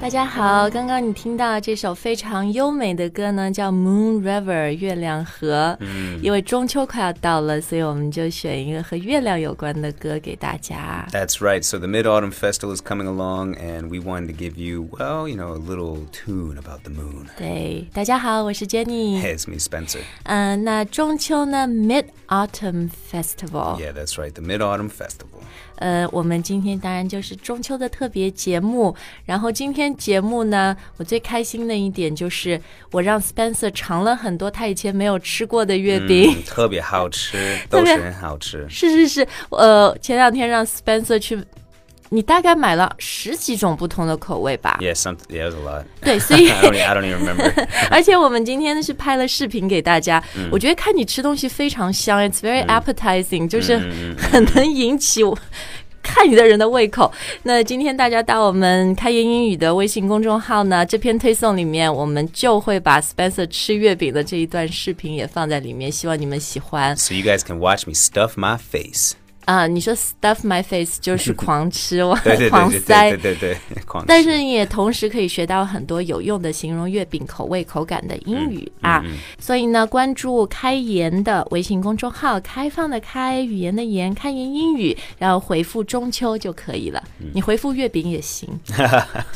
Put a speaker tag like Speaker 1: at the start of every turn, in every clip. Speaker 1: 大家好，刚刚你听到这首非常优美的歌呢，叫《Moon River》月亮河。
Speaker 2: 嗯，
Speaker 1: 因为中秋快要到了，所以我们就选一个和月亮有关的歌给大家。
Speaker 2: That's right. So the Mid Autumn Festival is coming along, and we wanted to give you, well, you know, a little tune about the moon.
Speaker 1: 对，大家好，我是 Jenny。
Speaker 2: Hey, it's me, Spencer.
Speaker 1: 嗯、那中秋呢，Mid Autumn Festival。
Speaker 2: Yeah, that's right. The Mid Autumn Festival.
Speaker 1: 呃，我们今天当然就是中秋的特别节目。然后今天节目呢，我最开心的一点就是我让 Spencer 尝了很多他以前没有吃过的
Speaker 2: 嗯
Speaker 1: 月饼。特别-
Speaker 2: 特别好吃，都是很好吃。
Speaker 1: 是是是，呃，前两天让 Spencer 去，你大概买了十几种不同的口味吧？
Speaker 2: Yeah, something. Yeah, it was a lot.
Speaker 1: 对，所以
Speaker 2: I don't. I don't even remember.
Speaker 1: 而且我们今天是拍了视频给大家，我觉得看你吃东西非常香，it's very appetizing，、就是很能引起我。看你的人的胃口。那今天大家到我们开言英语的微信公众号呢，这篇推送里面，我们就会把 Spencer 吃月饼的这一段视频也放在里面，希望你们喜欢。
Speaker 2: So you guys can watch me stuff my face.
Speaker 1: 啊、你说 stuff my face 就是狂吃，我
Speaker 2: 对对对
Speaker 1: 狂
Speaker 2: 对
Speaker 1: 塞。
Speaker 2: 对对对狂
Speaker 1: 但
Speaker 2: 吃
Speaker 1: 是也同时可以学到很多有用的形容月饼口味、口感的英语啊。
Speaker 2: 嗯
Speaker 1: 所以呢，关注“开言”的微信公众号，开放的开，语言的言，开言英语，然后回复中秋就可以了。
Speaker 2: 嗯
Speaker 1: 你回复月饼也 行，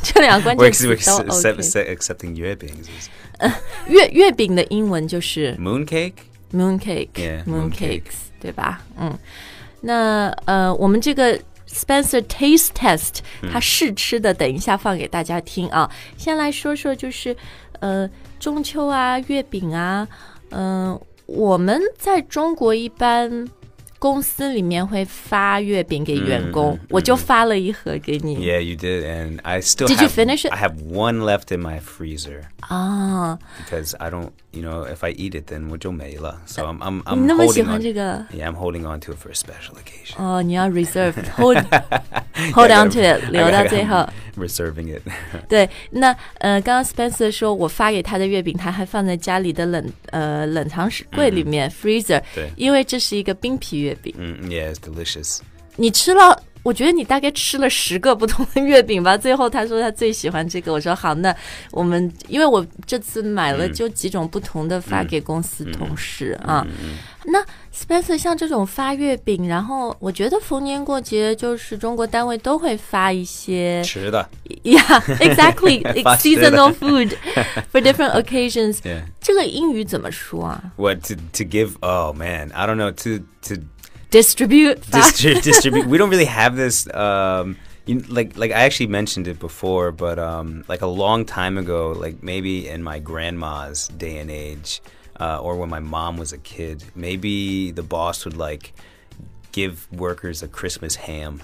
Speaker 1: 这两个关
Speaker 2: We're,
Speaker 1: 键词
Speaker 2: we're
Speaker 1: 都
Speaker 2: accept-
Speaker 1: OK。
Speaker 2: accept- accepting your beings.
Speaker 1: 月月饼的英文就是。
Speaker 2: Moon cake?
Speaker 1: mooncake，mooncakes，、
Speaker 2: Yeah, mooncakes
Speaker 1: 对吧？嗯，那呃，我们这个 Spencer Taste Test，它
Speaker 2: 嗯
Speaker 1: 试吃的，等一下放给大家听啊。先来说说就是呃，中秋啊，月饼啊，嗯、我们在中国一般。公司里面会发月饼给员工，我就发了一盒给你。
Speaker 2: 嗯 Yeah, you did, and I still.
Speaker 1: Did you
Speaker 2: have-
Speaker 1: finish it? Ah.
Speaker 2: I have one left in my freezer
Speaker 1: 啊，
Speaker 2: because I don't. You know, if I eat it, then 我就没了. So I'm. I'm.
Speaker 1: 你
Speaker 2: I'm
Speaker 1: 那么喜
Speaker 2: holding
Speaker 1: 欢
Speaker 2: on.
Speaker 1: 这个
Speaker 2: Yeah, I'm holding on to it for a special occasion.
Speaker 1: 哦，你要 reserve hold Oh, hold
Speaker 2: Yeah, I
Speaker 1: on to
Speaker 2: gotta-
Speaker 1: it，
Speaker 2: I
Speaker 1: 留到
Speaker 2: gotta-
Speaker 1: 最后。
Speaker 2: Reserving it.
Speaker 1: 对，那呃，刚刚 Spencer 说我发给他的月饼，他还放在家里的冷呃冷藏室柜里面、freezer，
Speaker 2: 对
Speaker 1: 因为这是一个冰皮月饼。
Speaker 2: Mm, yeah, it's delicious.
Speaker 1: 你吃了，我觉得你大概吃了十个不同的月饼吧。最后他说他最喜欢这个，我说好，那我们因为我这次买了就几种不同的发给公司同事、啊。那 Spencer 像这种发月饼，然后我觉得逢年过节就是中国单位都会发一些
Speaker 2: 吃的.
Speaker 1: Yeah, exactly. It's
Speaker 2: 发誓了
Speaker 1: seasonal food for different occasions.
Speaker 2: Yeah.
Speaker 1: 这个英语怎么说啊
Speaker 2: What to to give? Oh man, I don't know to to
Speaker 1: ？Distribute 发
Speaker 2: distri- distribute. We don't really have this. Um, you, like like I actually mentioned it before, but um, like a long time ago, like maybe in my grandma's day and age, uh, or when my mom was a kid, maybe the boss would like give workers a Christmas ham.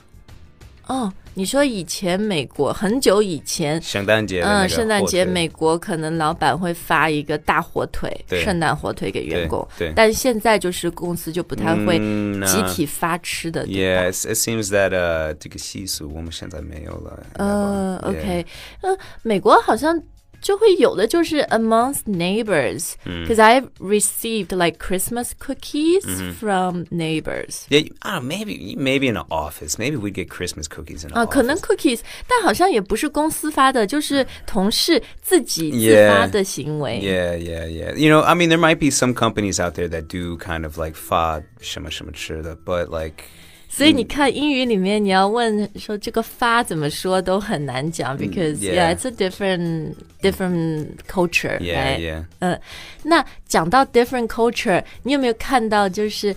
Speaker 1: 哦，你说以前美国很久以前，
Speaker 2: 圣诞节
Speaker 1: 嗯，圣诞节美国可能老板会发一个大火腿，
Speaker 2: 对
Speaker 1: 圣诞火腿给员工
Speaker 2: 对对，
Speaker 1: 但现在就是公司就不太会
Speaker 2: 嗯那
Speaker 1: 集体发吃的，对吧
Speaker 2: Yeah, it's, it seems that uh, 这个习俗我们现在没有了。
Speaker 1: 呃
Speaker 2: yeah.
Speaker 1: ，OK，呃，美国好像就会有的就是 amongst neighbors，because I've received like Christmas cookies from neighbors。
Speaker 2: Yeah, you- I don't know, maybe maybe in an office. Maybe we'd get Christmas cookies in an
Speaker 1: 啊，可能
Speaker 2: office.
Speaker 1: cookies，但好像也不是公司发的，就是同事自己自发
Speaker 2: Yeah，
Speaker 1: 的行为。
Speaker 2: Yeah, yeah, yeah. You know, I mean, there might be some companies out there that do kind of like fa shema shema chirda, but like
Speaker 1: 所以你看英语里面，你要问说这个发怎么说都很难讲，because yeah,
Speaker 2: yeah
Speaker 1: it's a different different culture,
Speaker 2: yeah,
Speaker 1: right?
Speaker 2: yeah.
Speaker 1: 嗯，那讲到 different culture，你有没有看到就是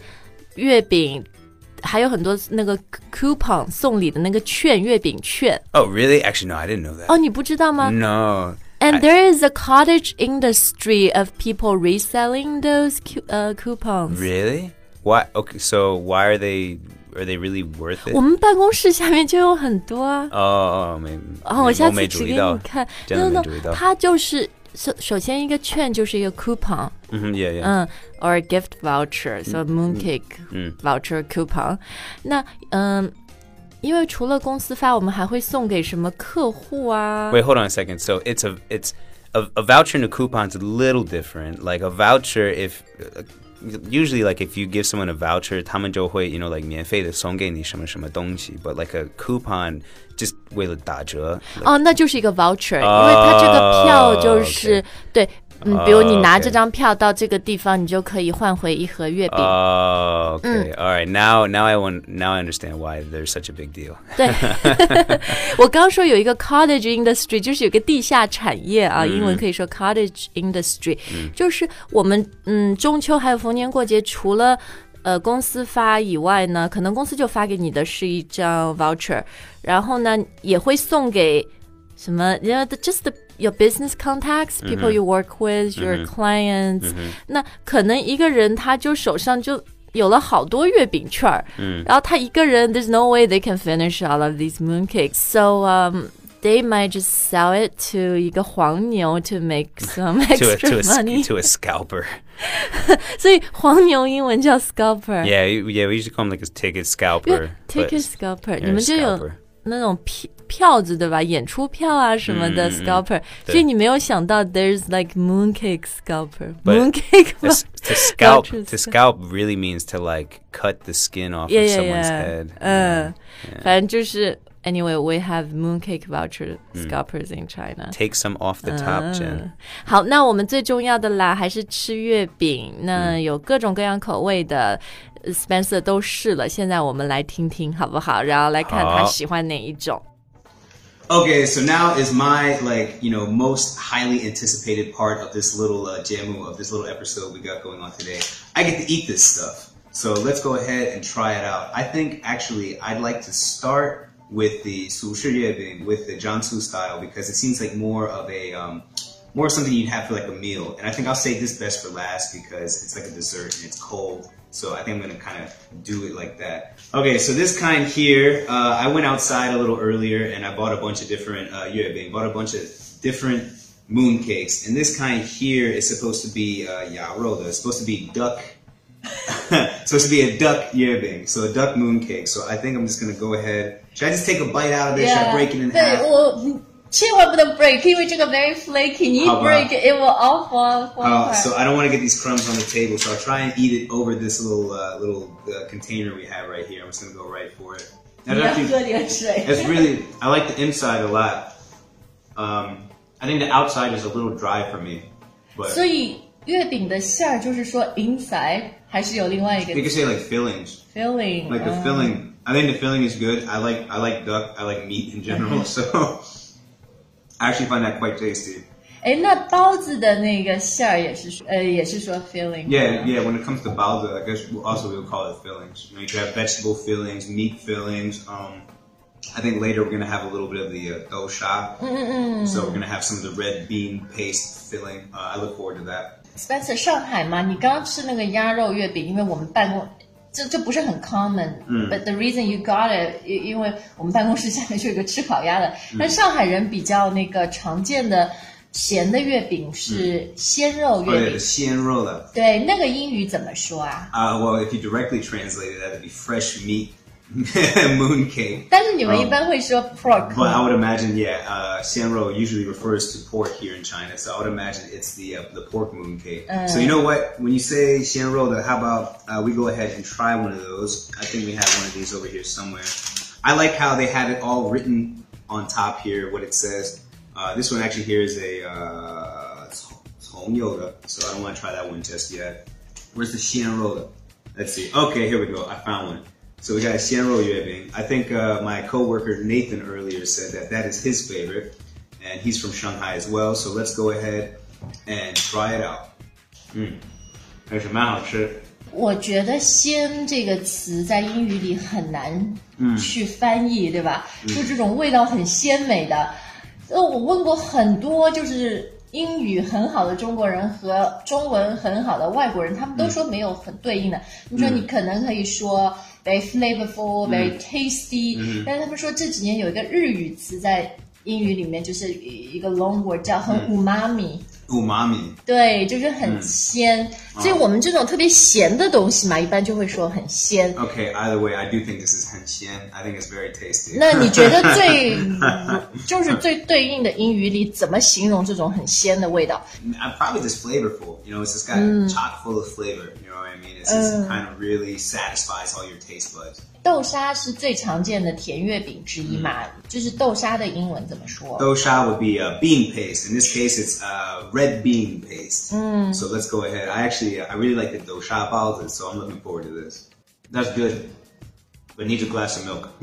Speaker 1: 月饼，还有很多那个 coupon 送礼的那个券，月饼券
Speaker 2: Oh, really? Actually, no, I didn't know that.
Speaker 1: 哦，你不知道吗、
Speaker 2: 嗯 No.
Speaker 1: a n d there is a cottage industry of people reselling those cu- 呃、coupons。
Speaker 2: Really? Why? Okay, so why are they are they really worth it? Oh,
Speaker 1: 我们办公室下面就有很多啊。
Speaker 2: 哦，明
Speaker 1: 哦，我下次指给你看。
Speaker 2: 真
Speaker 1: no,
Speaker 2: 的没
Speaker 1: no,
Speaker 2: 注意到。
Speaker 1: 它就是首首先一个券就是一个 coupon，
Speaker 2: 嗯哼，yeah Mm-hmm, yeah，
Speaker 1: 嗯，or gift voucher，so
Speaker 3: 嗯
Speaker 1: mooncake
Speaker 2: 嗯
Speaker 1: voucher coupon。那嗯，因为除了公司发，我们还会送给什么客户啊？
Speaker 2: Wait, hold on a second. So it's a it's a, a voucher and a coupon's a little different. Like a voucher, if uh,
Speaker 3: usually like if you give someone a voucher, 他们就会 you know like 免费的送给你什么什么东西, but like a coupon just 为了打折.
Speaker 1: 哦，那就是一个 voucher，、因为它这个票就是、
Speaker 3: 啊 OK 啊
Speaker 1: 对，嗯，比如你拿
Speaker 3: OK
Speaker 1: 这张票到这个地方，你就可以换回一盒月饼。
Speaker 3: Oh, okay.
Speaker 1: Mm.
Speaker 3: All right. Now, now I want. Now I understand why there's such a big deal.
Speaker 1: 对， 我刚说有一个 cottage industry，就是有个地下产业啊，英文可以说 cottage industry，、就是我们嗯中秋还有逢年过节，除了呃公司发以外呢，可能公司就发给你的是一张 voucher，然后呢也会送给什么，you know the- just the your business contacts,
Speaker 3: Mm-hmm.
Speaker 1: people you work with, your clients，、那可能一个人他就手上就。有了好多月饼券儿，
Speaker 3: Mm.
Speaker 1: 然后他一个人，there's no way they can finish all of these mooncakes. So um, they might just sell it to 一个黄牛 to make some
Speaker 3: To a to
Speaker 1: extra
Speaker 3: a sc-
Speaker 1: money.
Speaker 3: to a scalper.
Speaker 1: 所以黄牛英文叫 scalper，
Speaker 3: Yeah, you- yeah. We usually call him like a ticket
Speaker 1: 因为
Speaker 3: scalper. but-
Speaker 1: ticket scalper，
Speaker 3: yeah,
Speaker 1: 你们就有
Speaker 3: scalper.
Speaker 1: 那种票票子对吧？演出票啊什么的
Speaker 3: 嗯嗯嗯
Speaker 1: scalper，
Speaker 3: 对
Speaker 1: 所以你没有想到 there's like mooncake scalper
Speaker 3: But
Speaker 1: mooncake
Speaker 3: To s- to scalp
Speaker 1: Vouchers.
Speaker 3: to scalp really means to like cut the skin off
Speaker 1: Yeah,
Speaker 3: of
Speaker 1: yeah,
Speaker 3: someone's
Speaker 1: yeah.
Speaker 3: head.
Speaker 1: Uh,
Speaker 3: Yeah.
Speaker 1: 反正就是。Anyway, we have mooncake voucher
Speaker 3: Mm
Speaker 1: scalpers in China.
Speaker 3: Take some off the
Speaker 1: Uh.
Speaker 3: top, Jen.
Speaker 1: 好，那我们最重要的啦，还是吃月饼。
Speaker 3: Mm
Speaker 1: 那有各种各样口味的呃，Spencer 都试了。现在我们来听听好不好？然后来看他
Speaker 3: 好
Speaker 1: 喜欢哪一种。
Speaker 2: Okay, so now is my like you know most highly anticipated part of this little uh, jamu of this little episode we got going on today. I get to eat this stuff, so let's go ahead and try it out. I think actually I'd like to start with the su shiyebing with the Jiangsu style because it seems like more of a um, more something you'd have for like a meal. And I think I'll save this best for last because it's like a dessert and it's cold. So I think I'm gonna kind of do it like that. Okay, so this kind here, uh, I went outside a little earlier and I bought a bunch of different uh, yuebing, bought a bunch of different moon cakes. And this kind here is supposed to be uh, yaroda, it's supposed to be duck. supposed to be a duck yearbing, so a duck moon cake. So I think I'm just gonna go ahead. Should I just take a bite out of it? Should I break it in half?
Speaker 1: 我千万不能 break，因为这个 very flaky，你
Speaker 2: 一好吧 break
Speaker 1: it will all fall
Speaker 2: Uh, so I don't want to get these crumbs on the table, so I'll try and eat it over this little uh, little uh, container we have right here. I'm just gonna go right for it. Now, don't you-
Speaker 1: 点水
Speaker 2: it's really I like the inside a lot. Um, I think the outside is a little dry for me, but
Speaker 1: 以月饼的馅儿就是说 inside 还是有另外一个
Speaker 2: you could say like fillings,
Speaker 1: filling，嗯
Speaker 2: like the filling. I think the filling is good. I like I like duck. I like meat in general, so I actually find that quite tasty.
Speaker 1: 哎，那包子的那个馅儿也是说，呃，也是说 filling。
Speaker 2: Yeah, yeah. When it comes to balda, I guess we- also we'll call it fillings. You, know, you can have vegetable fillings, meat fillings. Um, I think later we're gonna have a little bit of the uh, dosha. So we're gonna have some of the red bean paste filling. Uh, I look forward to that.
Speaker 1: Spencer，上海嘛，你刚刚吃那个鸭肉月饼，因为我们办公，这这不是很 common。嗯。But the reason you got it，因因为我们办公室下面就有一个吃烤鸭的。但上海人比较那个常见的咸的月饼是鲜肉
Speaker 2: Oh
Speaker 1: 月
Speaker 2: yeah,
Speaker 1: 饼。
Speaker 2: the xian rola.
Speaker 1: 哦对，那个英语怎么说啊？
Speaker 2: Uh, well, if you directly translate it, that'd be fresh meat moon cake.
Speaker 1: 但是你们一般会说 pork，、
Speaker 2: But I would imagine, yeah, uh, Sanro usually refers to pork here in China, so I would imagine it's the uh, the pork moon cake. so you know what? When you say Sanro, then how about uh, we go ahead and try one of those? I think we have one of these over here somewhere. I like how they have it all written on top here, what it says. Uh, this one actually here is a uh, home yoga, so I don't want to try that one just yet. Where's the Sanro? Let's see. Okay, here we go. I found one. So we got a Sanro Yuebing. I think uh, my coworker Nathan earlier said that that is his favorite, and he's from Shanghai as well. So let's go ahead and try it out. Mm. 还是蛮好吃。
Speaker 1: 我觉得“鲜”这个词在英语里很难去翻译，对吧？就这种味道很鲜美的，呃，我问过很多就是英语很好的中国人和中文很好的外国人，他们都说没有很对应的。你说你可能可以说 very flavorful, very tasty，、但是他们说这几年有一个日语词在英语里面就是一个 long word 叫很 umami。
Speaker 2: Umami.
Speaker 1: 对，就是
Speaker 2: 嗯
Speaker 1: 很鲜。
Speaker 2: 啊
Speaker 1: 所以我们这种特别咸的东西嘛，一般就会说很鲜。
Speaker 2: Okay, either way, I do think this is henxian. I think it's very tasty.
Speaker 1: 那 你觉得最就是最对应的英语里怎么形容这种很鲜的味道？
Speaker 2: I'm probably just flavorful. You know, it's just got chock full of flavor. You know, and I mean? It's just kind of really satisfies all your taste buds.
Speaker 1: 豆沙是最常见的甜月饼之一嘛，
Speaker 2: 嗯
Speaker 1: 就是豆沙的英文怎么说？
Speaker 2: Dosha would be uh, bean paste. In this case, it's uh, red bean paste.
Speaker 1: Hmm.
Speaker 2: So let's go ahead. I actually, I really like the dosha balzas, so I'm looking forward to this. That's good. But need a glass of milk.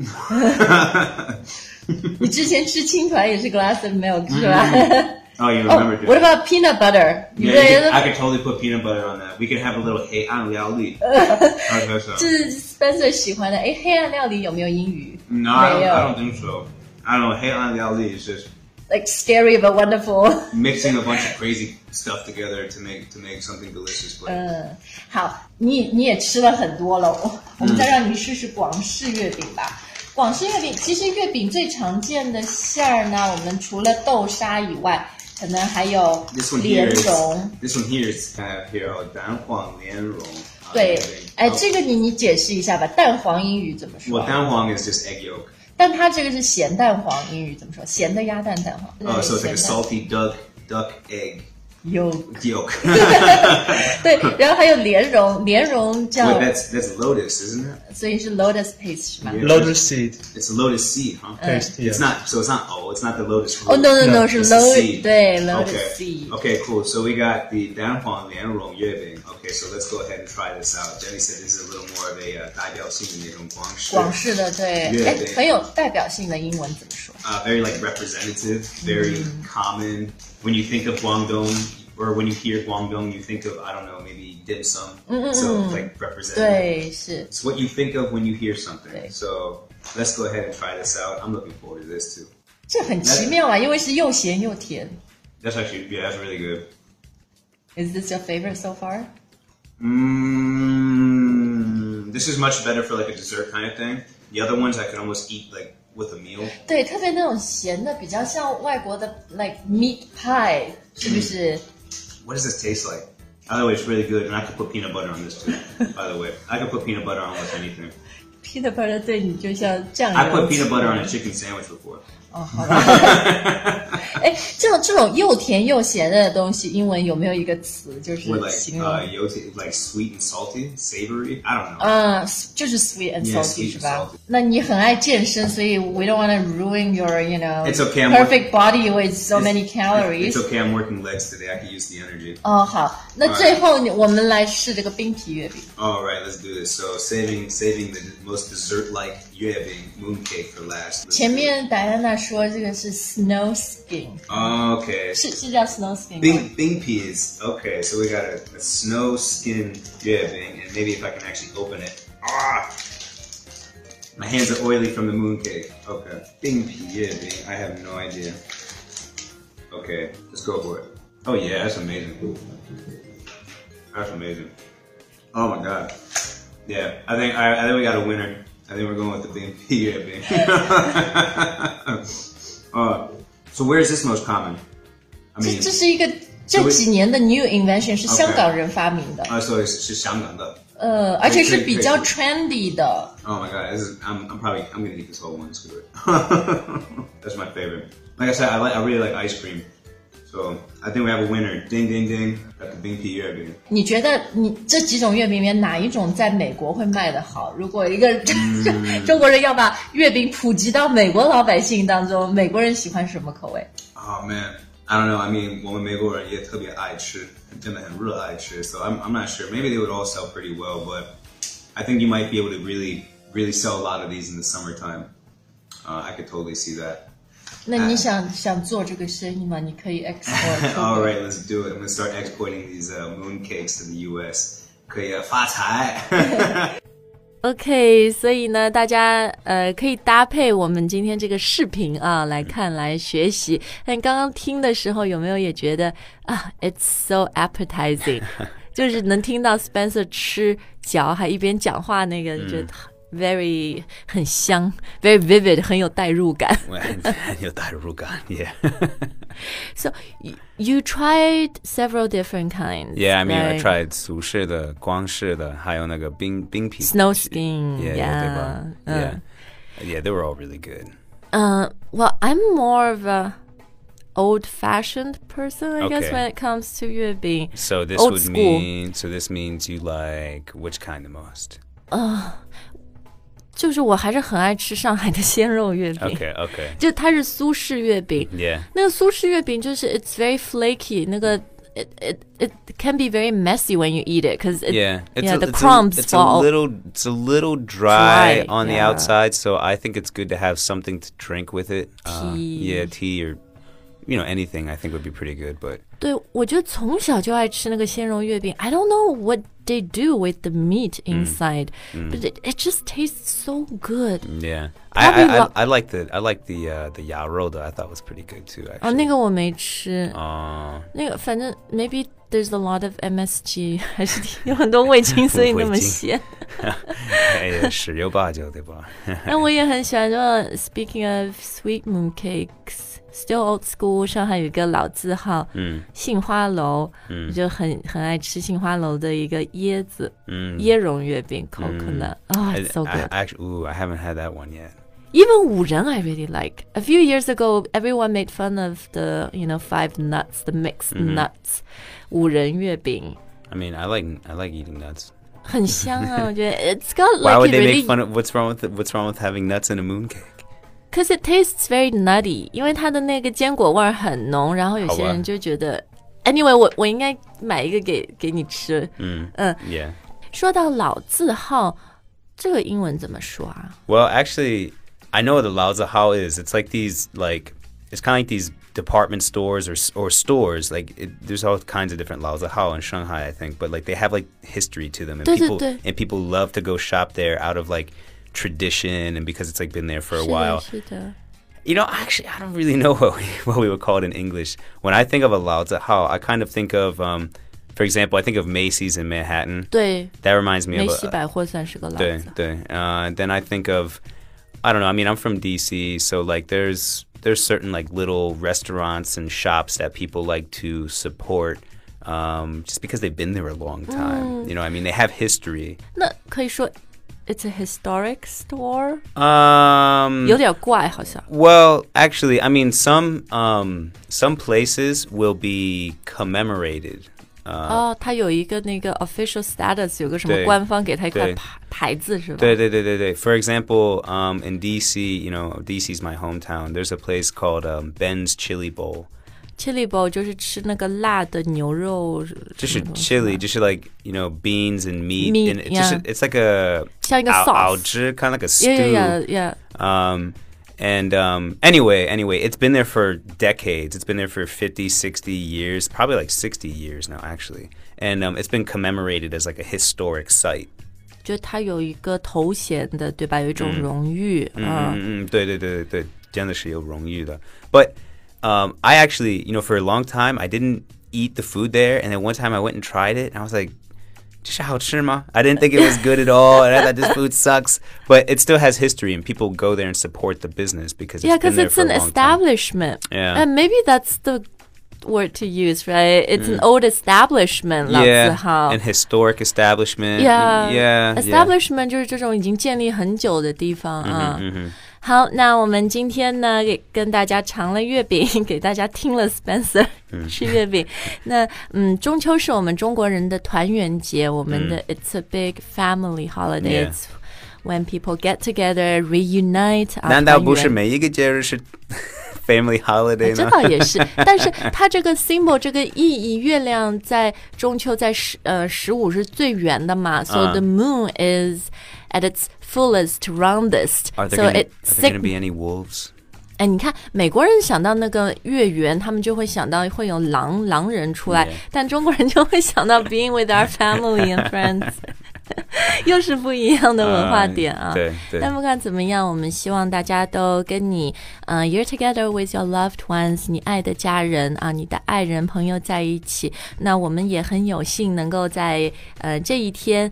Speaker 1: 你之前吃青团也是 glass of milk
Speaker 2: 嗯
Speaker 1: 是 吧？
Speaker 2: Oh, you
Speaker 1: 哦
Speaker 2: remembered
Speaker 1: what about peanut butter？你
Speaker 2: Yeah,
Speaker 1: 的
Speaker 2: you could-
Speaker 1: 人
Speaker 2: I could totally put peanut butter on that. We could have a little hey, I don't know, I'll leave. I don't think
Speaker 1: 这
Speaker 2: so.
Speaker 1: 是 Spencer 喜欢的。哎，黑暗料理有没有英语？
Speaker 2: No, I don't,
Speaker 1: Mayo.
Speaker 2: I don't think so. I don't know. Hey, on Ali is just
Speaker 1: Like scary but wonderful 。
Speaker 2: mixing a bunch of crazy stuff together to make to make something delicious. But
Speaker 1: 嗯，好，你你也吃了很多了，我我们再让你试试广式月饼吧。广式月饼其实月饼最常见的馅儿呢，我们除了豆沙以外，可能还有
Speaker 2: this one
Speaker 1: 莲
Speaker 2: here is
Speaker 1: 蓉。
Speaker 2: this one here is I have here oh, Dan Huang Lian Rong.
Speaker 1: 对
Speaker 2: Okay.，
Speaker 1: 哎，
Speaker 2: Oh,
Speaker 1: 这个你你解释一下吧。蛋黄英语怎么说
Speaker 2: well, Dan Huang is just egg yolk.
Speaker 1: 但它这个是咸蛋黄，英语怎么说？咸的鸭蛋蛋黄。
Speaker 2: Oh, so it's like a
Speaker 1: 咸蛋
Speaker 2: salty duck duck egg
Speaker 1: 有
Speaker 2: yolk.
Speaker 1: 对，然后还有莲蓉，莲蓉
Speaker 2: Wait,
Speaker 1: 叫，
Speaker 2: that's that's lotus, isn't it?
Speaker 1: 所以是 lotus paste 是吗
Speaker 2: Yeah.
Speaker 4: Lotus seed
Speaker 2: It's lotus seed, huh?
Speaker 4: paste.
Speaker 2: It's
Speaker 4: Yeah.
Speaker 2: not so it's not oh, it's not the lotus root.
Speaker 1: Uh, Oh no no no
Speaker 4: No,
Speaker 1: 是
Speaker 2: it's the
Speaker 1: lotus
Speaker 2: seed.
Speaker 1: 对
Speaker 2: okay.
Speaker 1: lotus seed。
Speaker 2: Okay, cool. So we got the Danhuang Lianrong Yuebing. Okay, so let's go ahead and try this out. Jenny said this is a little more of a uh,
Speaker 1: 广
Speaker 2: 大调性的那种广式，
Speaker 1: 式的对，
Speaker 2: 对
Speaker 1: 哎，
Speaker 2: 对
Speaker 1: 很有代表性的英文怎么说？
Speaker 2: uh, very like representative, very common. When you think of Guangdong, or when you hear Guangdong, you think of I don't know maybe dim sum. So it's like representative.
Speaker 1: 对，是
Speaker 2: It's what you think of when you hear something.
Speaker 1: Right.
Speaker 2: So let's go ahead and try this out. I'm looking forward to this too.
Speaker 1: 这很奇妙啊，因为是又咸又甜。
Speaker 2: That's actually yeah, that's really good.
Speaker 1: Is this your favorite so far？
Speaker 2: Mm, this is much better for like a dessert kind of thing. The other ones I can almost eat like with a meal.
Speaker 1: 对，特别那种咸的，比较像外国的 like meat pie，是不是？
Speaker 2: What does this taste like? By the way, it's really good, and I could put peanut butter on this too. By the way, I could put peanut butter on almost anything.
Speaker 1: peanut butter 对你就像酱油。
Speaker 2: I put peanut butter on a chicken sandwich before.
Speaker 1: 哦，好 吧。哎，这种这种又甜又咸的东西，英文有没有一个词就是
Speaker 2: With like
Speaker 1: 形容？
Speaker 2: uh, yote, like sweet and salty, savory. I don't know.
Speaker 1: 嗯，就是 sweet and
Speaker 2: Yeah,
Speaker 1: salty
Speaker 2: sweet and
Speaker 1: 是吧
Speaker 2: salty.？
Speaker 1: 那你很爱健身，所以 we don't want to ruin your you know
Speaker 2: It's okay, I'm
Speaker 1: perfect body with so many
Speaker 2: It's
Speaker 1: calories。
Speaker 2: okay. I'm working legs today. I can use the energy.
Speaker 1: 哦，好，那
Speaker 2: Alright
Speaker 1: 最后你我们来试这个冰皮月饼。
Speaker 2: All right, let's do this. So saving saving the most dessert-like yuebing mooncake for last. Let's
Speaker 1: 前
Speaker 2: do it.
Speaker 1: 面戴安娜说这个是 snow skin，
Speaker 2: Okay.
Speaker 1: 是是叫 snow skin 吗？
Speaker 2: Bing, bing peas. Okay, so we got a, a snow skin yeah, bing, and maybe if I can actually open it. Ah! My hands are oily from the mooncake. Okay. Bing pea, yeah, bing. I have no idea. Okay, let's go for it. Oh yeah, that's amazing. That's amazing. Oh my god. Yeah, I think I, I think we got a winner. I think we're going with the bing pea, yeah, bing. uh, so where is this most common? I
Speaker 1: 这
Speaker 2: mean,
Speaker 1: 这是一个这几年的 new invention，是香港人发明的，
Speaker 2: Oh, so it's just Shanghai.
Speaker 1: 呃，而且是比较
Speaker 2: 可以
Speaker 1: trendy 的。
Speaker 2: Oh my god, this is, I'm, I'm probably I'm gonna eat this whole one. Screw it. That's my favorite. Like I said, I like I really like ice cream. So I think we have a winner. Ding ding ding. Got the Bing P Yuebing.
Speaker 1: 你觉得你这几种月饼里面哪一种在美国会卖的好？如果一个 中国人要把月饼普及到美国老百姓当中，美国人喜欢什么口味？
Speaker 2: Oh man. I don't know. I mean, 我们美国人也特别爱吃，真的很热爱吃. So I'm, I'm not sure. Maybe they would all sell pretty well, but I think you might be able to really, really sell a lot of these in the summertime. Uh, I could totally see that.
Speaker 1: 那你想想做这个生意吗？你可以 export 出
Speaker 2: All
Speaker 1: 国
Speaker 2: right, let's do it. I'm gonna start exporting these uh, moon cakes to the U.S. 可以啊，发财。
Speaker 5: OK，所以呢，大家呃可以搭配我们今天这个视频啊来看来学习。但刚刚听的时候，有没有也觉得啊，It's so appetizing，就是能听到 Spencer 吃嚼还一边讲话那个，觉得
Speaker 6: 嗯
Speaker 5: very 很香，very vivid，很有代入感。
Speaker 6: yeah.
Speaker 5: So you- you tried several different kinds.
Speaker 6: Yeah, I mean, I
Speaker 5: right?
Speaker 6: tried 苏式的、光式的，还有那个冰冰皮
Speaker 5: snow skin. yeah. uh，
Speaker 6: Yeah, yeah, they
Speaker 1: uh.
Speaker 6: were. yeah, yeah, they were all really good.
Speaker 5: Uh, well, I'm more of a
Speaker 1: old-fashioned person, I guess,
Speaker 2: Okay.
Speaker 1: when it comes to 月饼。
Speaker 2: So this
Speaker 1: Old
Speaker 2: would
Speaker 1: school.
Speaker 2: mean so this means you like which kind the most?
Speaker 1: 就是我还是很爱吃上海的鲜肉月饼
Speaker 2: Okay, Mm-hmm. okay.
Speaker 1: 就它是苏式月饼。
Speaker 2: Yeah.
Speaker 1: 那个苏式月饼就是 it's very flaky，那个 it it it can be very messy when you eat it because it
Speaker 2: Yeah.
Speaker 1: yeah, the
Speaker 2: it's
Speaker 1: crumbs
Speaker 2: it's
Speaker 1: fall.
Speaker 2: a little it's a little dry,
Speaker 1: Dry,
Speaker 2: on the
Speaker 1: yeah.
Speaker 2: outside, so I think it's good to have something to drink with it. Uh,
Speaker 1: Tea.
Speaker 2: yeah, tea or you know, anything I think would be pretty good, but
Speaker 1: 对，我就从小就爱吃那个鲜肉月饼。I don't know what they do with the meat
Speaker 2: Mm.
Speaker 1: inside, but it, it just tastes so good.
Speaker 2: yeah.
Speaker 1: Probably
Speaker 2: I, I, I,
Speaker 1: lo-
Speaker 2: I like the I like the uh the yarolda. I thought was pretty good too
Speaker 1: 啊，那
Speaker 2: actually.
Speaker 1: 个我没吃，
Speaker 2: Uh,
Speaker 1: 那个反正 maybe there's a lot of MSG，还 是挺有很多味精，所以那么
Speaker 2: 味精
Speaker 1: 咸。
Speaker 2: 哎，石油吧就对吧？
Speaker 1: 那我也很喜欢。就 Speaking of sweet mooncakes, still old school。上海有一个老字号，嗯，
Speaker 2: Mm,
Speaker 1: 杏花楼，嗯，我就很很爱吃杏花楼的一个椰子，嗯，椰蓉月饼 coconut，啊、
Speaker 2: mm. I,
Speaker 1: it's so
Speaker 2: I
Speaker 1: good。
Speaker 2: actually, ooh, I haven't had that one yet.
Speaker 1: Even 五仁 I really like. A few years ago, everyone made fun of the you know five nuts, the mixed
Speaker 2: Mm-hmm.
Speaker 1: nuts，五仁月饼。
Speaker 2: I mean, I like I like eating nuts.
Speaker 1: 很香啊，我觉得 it's got
Speaker 2: Why would
Speaker 1: like it
Speaker 2: they
Speaker 1: really
Speaker 2: make fun of what's wrong with what's wrong with having nuts in a mooncake?
Speaker 1: Cause it tastes very nutty，因为它的那个坚果味儿很浓，然后有些
Speaker 2: 好吧
Speaker 1: 人就觉得，anyway，我我应该买一个给给你吃。
Speaker 2: Mm.
Speaker 1: Uh.
Speaker 2: yeah.
Speaker 1: 说到老字号，这个英文怎么说啊？
Speaker 2: Well, actually, I know what the Lao Zahao is. It's like these like it's kind of like these department stores or s- or stores. Like it, there's all kinds of different Lao Zahao in Shanghai, I think. But like they have like history to them, and
Speaker 1: 对，对，
Speaker 2: people
Speaker 1: 对。
Speaker 2: and people love to go shop there out of like tradition and because it's like been there for a
Speaker 1: 是
Speaker 2: while.
Speaker 1: 的，是的，
Speaker 2: You know, actually, I don't really know what we, what we would call it in English. When I think of a Lao Zihao, I kind of think of, um, for example, I think of Macy's in Manhattan.
Speaker 1: 对，
Speaker 2: That reminds me
Speaker 1: 梅
Speaker 2: of
Speaker 1: 西
Speaker 2: a.
Speaker 1: 百货算是个老字
Speaker 2: 对,
Speaker 1: 号。
Speaker 2: 对. Uh, then I think of, I don't know. I mean, I'm from DC, so like there's there's certain like little restaurants and shops that people like to support. Um, just because they've been there a long time, you know. I mean, they have history.
Speaker 1: 那可以说，it's a historic store，、
Speaker 2: 嗯 Um,
Speaker 1: 有点怪，好像
Speaker 2: Well, actually, I mean some um, some places will be commemorated.
Speaker 1: 哦，它有一个那个 official status，有个什么
Speaker 2: 对
Speaker 1: 官方给它一块
Speaker 2: 对
Speaker 1: 牌牌子是吧？
Speaker 2: 对对对对对。For example, um, in DC, you know, DC's my hometown. There's a place called um, Ben's Chili Bowl.
Speaker 1: Chili bowl 就是吃那个辣的牛肉什么的，
Speaker 2: Just a chili, just like you know, beans and meat,
Speaker 1: Mm-hmm. Meat,
Speaker 2: and it's, just
Speaker 1: yeah.
Speaker 2: it's like a
Speaker 1: 像一个 sauce。
Speaker 2: kind of like a stew.
Speaker 1: Yeah, yeah, yeah, yeah.
Speaker 2: Um, and um, anyway, anyway, it's been there for decades. It's been there for 50, 60 years, probably like 60 years now, actually. And um, it's been commemorated as like a historic site.
Speaker 1: 就它有一个头衔的，对吧？有一种荣誉，嗯，
Speaker 2: Mm-hmm. 嗯，嗯，嗯，对，对，对，对，真的是有荣誉的。But um, I actually, you know, for a long time, I didn't eat the food there. And then one time I went and tried it, and I was like, "这是好吃吗?" I didn't think it was good at all. And I thought this food sucks. But it still has history, and people go there and support the business because it's
Speaker 1: yeah, because
Speaker 2: been there
Speaker 1: it's
Speaker 2: for
Speaker 1: an
Speaker 2: a long time.
Speaker 1: establishment,
Speaker 2: Yeah.
Speaker 1: and maybe that's the word to use, right? It's an old establishment，老字
Speaker 2: Mm. Yeah,
Speaker 1: 号
Speaker 2: an historic establishment.
Speaker 1: Yeah,
Speaker 2: yeah, yeah.
Speaker 1: establishment 就是这种已经建立很久的地方
Speaker 2: 嗯
Speaker 1: 啊。好，那我们今天呢，给跟大家尝了月饼， 给大家听了 Spencer
Speaker 2: 嗯
Speaker 1: 吃月饼。那嗯，中秋是我们中国人的团圆节，我们的 It's a big family holiday.
Speaker 2: 嗯 Yeah.
Speaker 1: It's when people get together, reunite. 啊
Speaker 2: 难道不
Speaker 1: 团
Speaker 2: 是
Speaker 1: 圆
Speaker 2: 每一个节日是 family holiday
Speaker 1: 这
Speaker 2: 呢？
Speaker 1: 倒也是，但是它这个 symbol 这个意义，月亮在中秋在十呃十五是最圆的嘛，so the
Speaker 2: 嗯
Speaker 1: moon is at its fullest, roundest,
Speaker 2: Are there
Speaker 1: so
Speaker 2: gonna,
Speaker 1: it
Speaker 2: are there gonna
Speaker 1: sig.
Speaker 2: be any wolves?
Speaker 1: 哎，你看美国人想到那个月圆，他们就会想到会有狼狼人出来
Speaker 2: Yeah.
Speaker 1: 但中国人就会想到 being with our family and friends，又 是不一样的文化点啊。
Speaker 2: 嗯对对
Speaker 1: 但不管怎么样，我们希望大家都跟你，嗯、y o u r e together with your loved ones，你爱的家人啊，你的爱人朋友在一起。那我们也很有幸能够在呃这一天。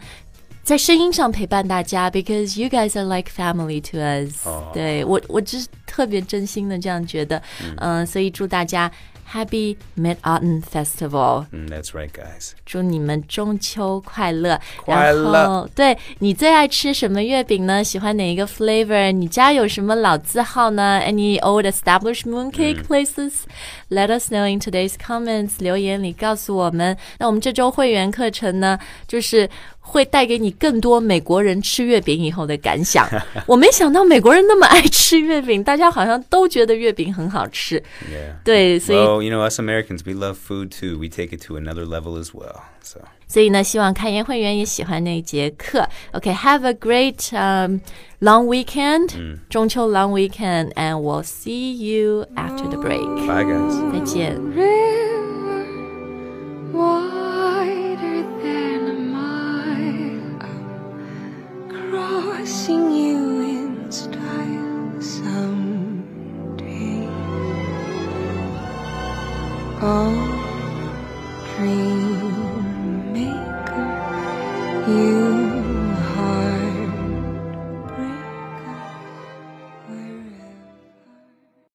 Speaker 1: 在声音上陪伴大家，because you guys are like family to
Speaker 2: 哦
Speaker 1: us 呃对。我我就是特别真心的这样觉得，嗯、所以祝大家 Happy Mid Autumn Festival。
Speaker 3: Mm, that's right, guys.
Speaker 1: 祝你们中秋快乐！
Speaker 3: 快乐
Speaker 1: 然后，对你最爱吃什么月饼呢？喜欢哪一个 flavor？你家有什么老字号呢？Any old established
Speaker 3: 嗯
Speaker 1: mooncake places?、Let us know in today's comments，留言里告诉我们。那我们这周会员课程呢，就是。会带给你更多美国人吃月饼以后的感 想。我没想到美国人那么爱吃月饼，大家好像都觉得月饼很好吃。
Speaker 3: Yeah.
Speaker 1: 对，所以
Speaker 3: Well, you know, us Americans, we love food too. We take it to another level as well. So,
Speaker 1: 所以呢，希望开言会员也喜欢那一节课。OK，have、a great um, long weekend，、中秋 long weekend，and we'll see you after the break。
Speaker 3: bye, guys.
Speaker 1: 再见。
Speaker 7: river wider than a mile, crossing you in style someday. Oh,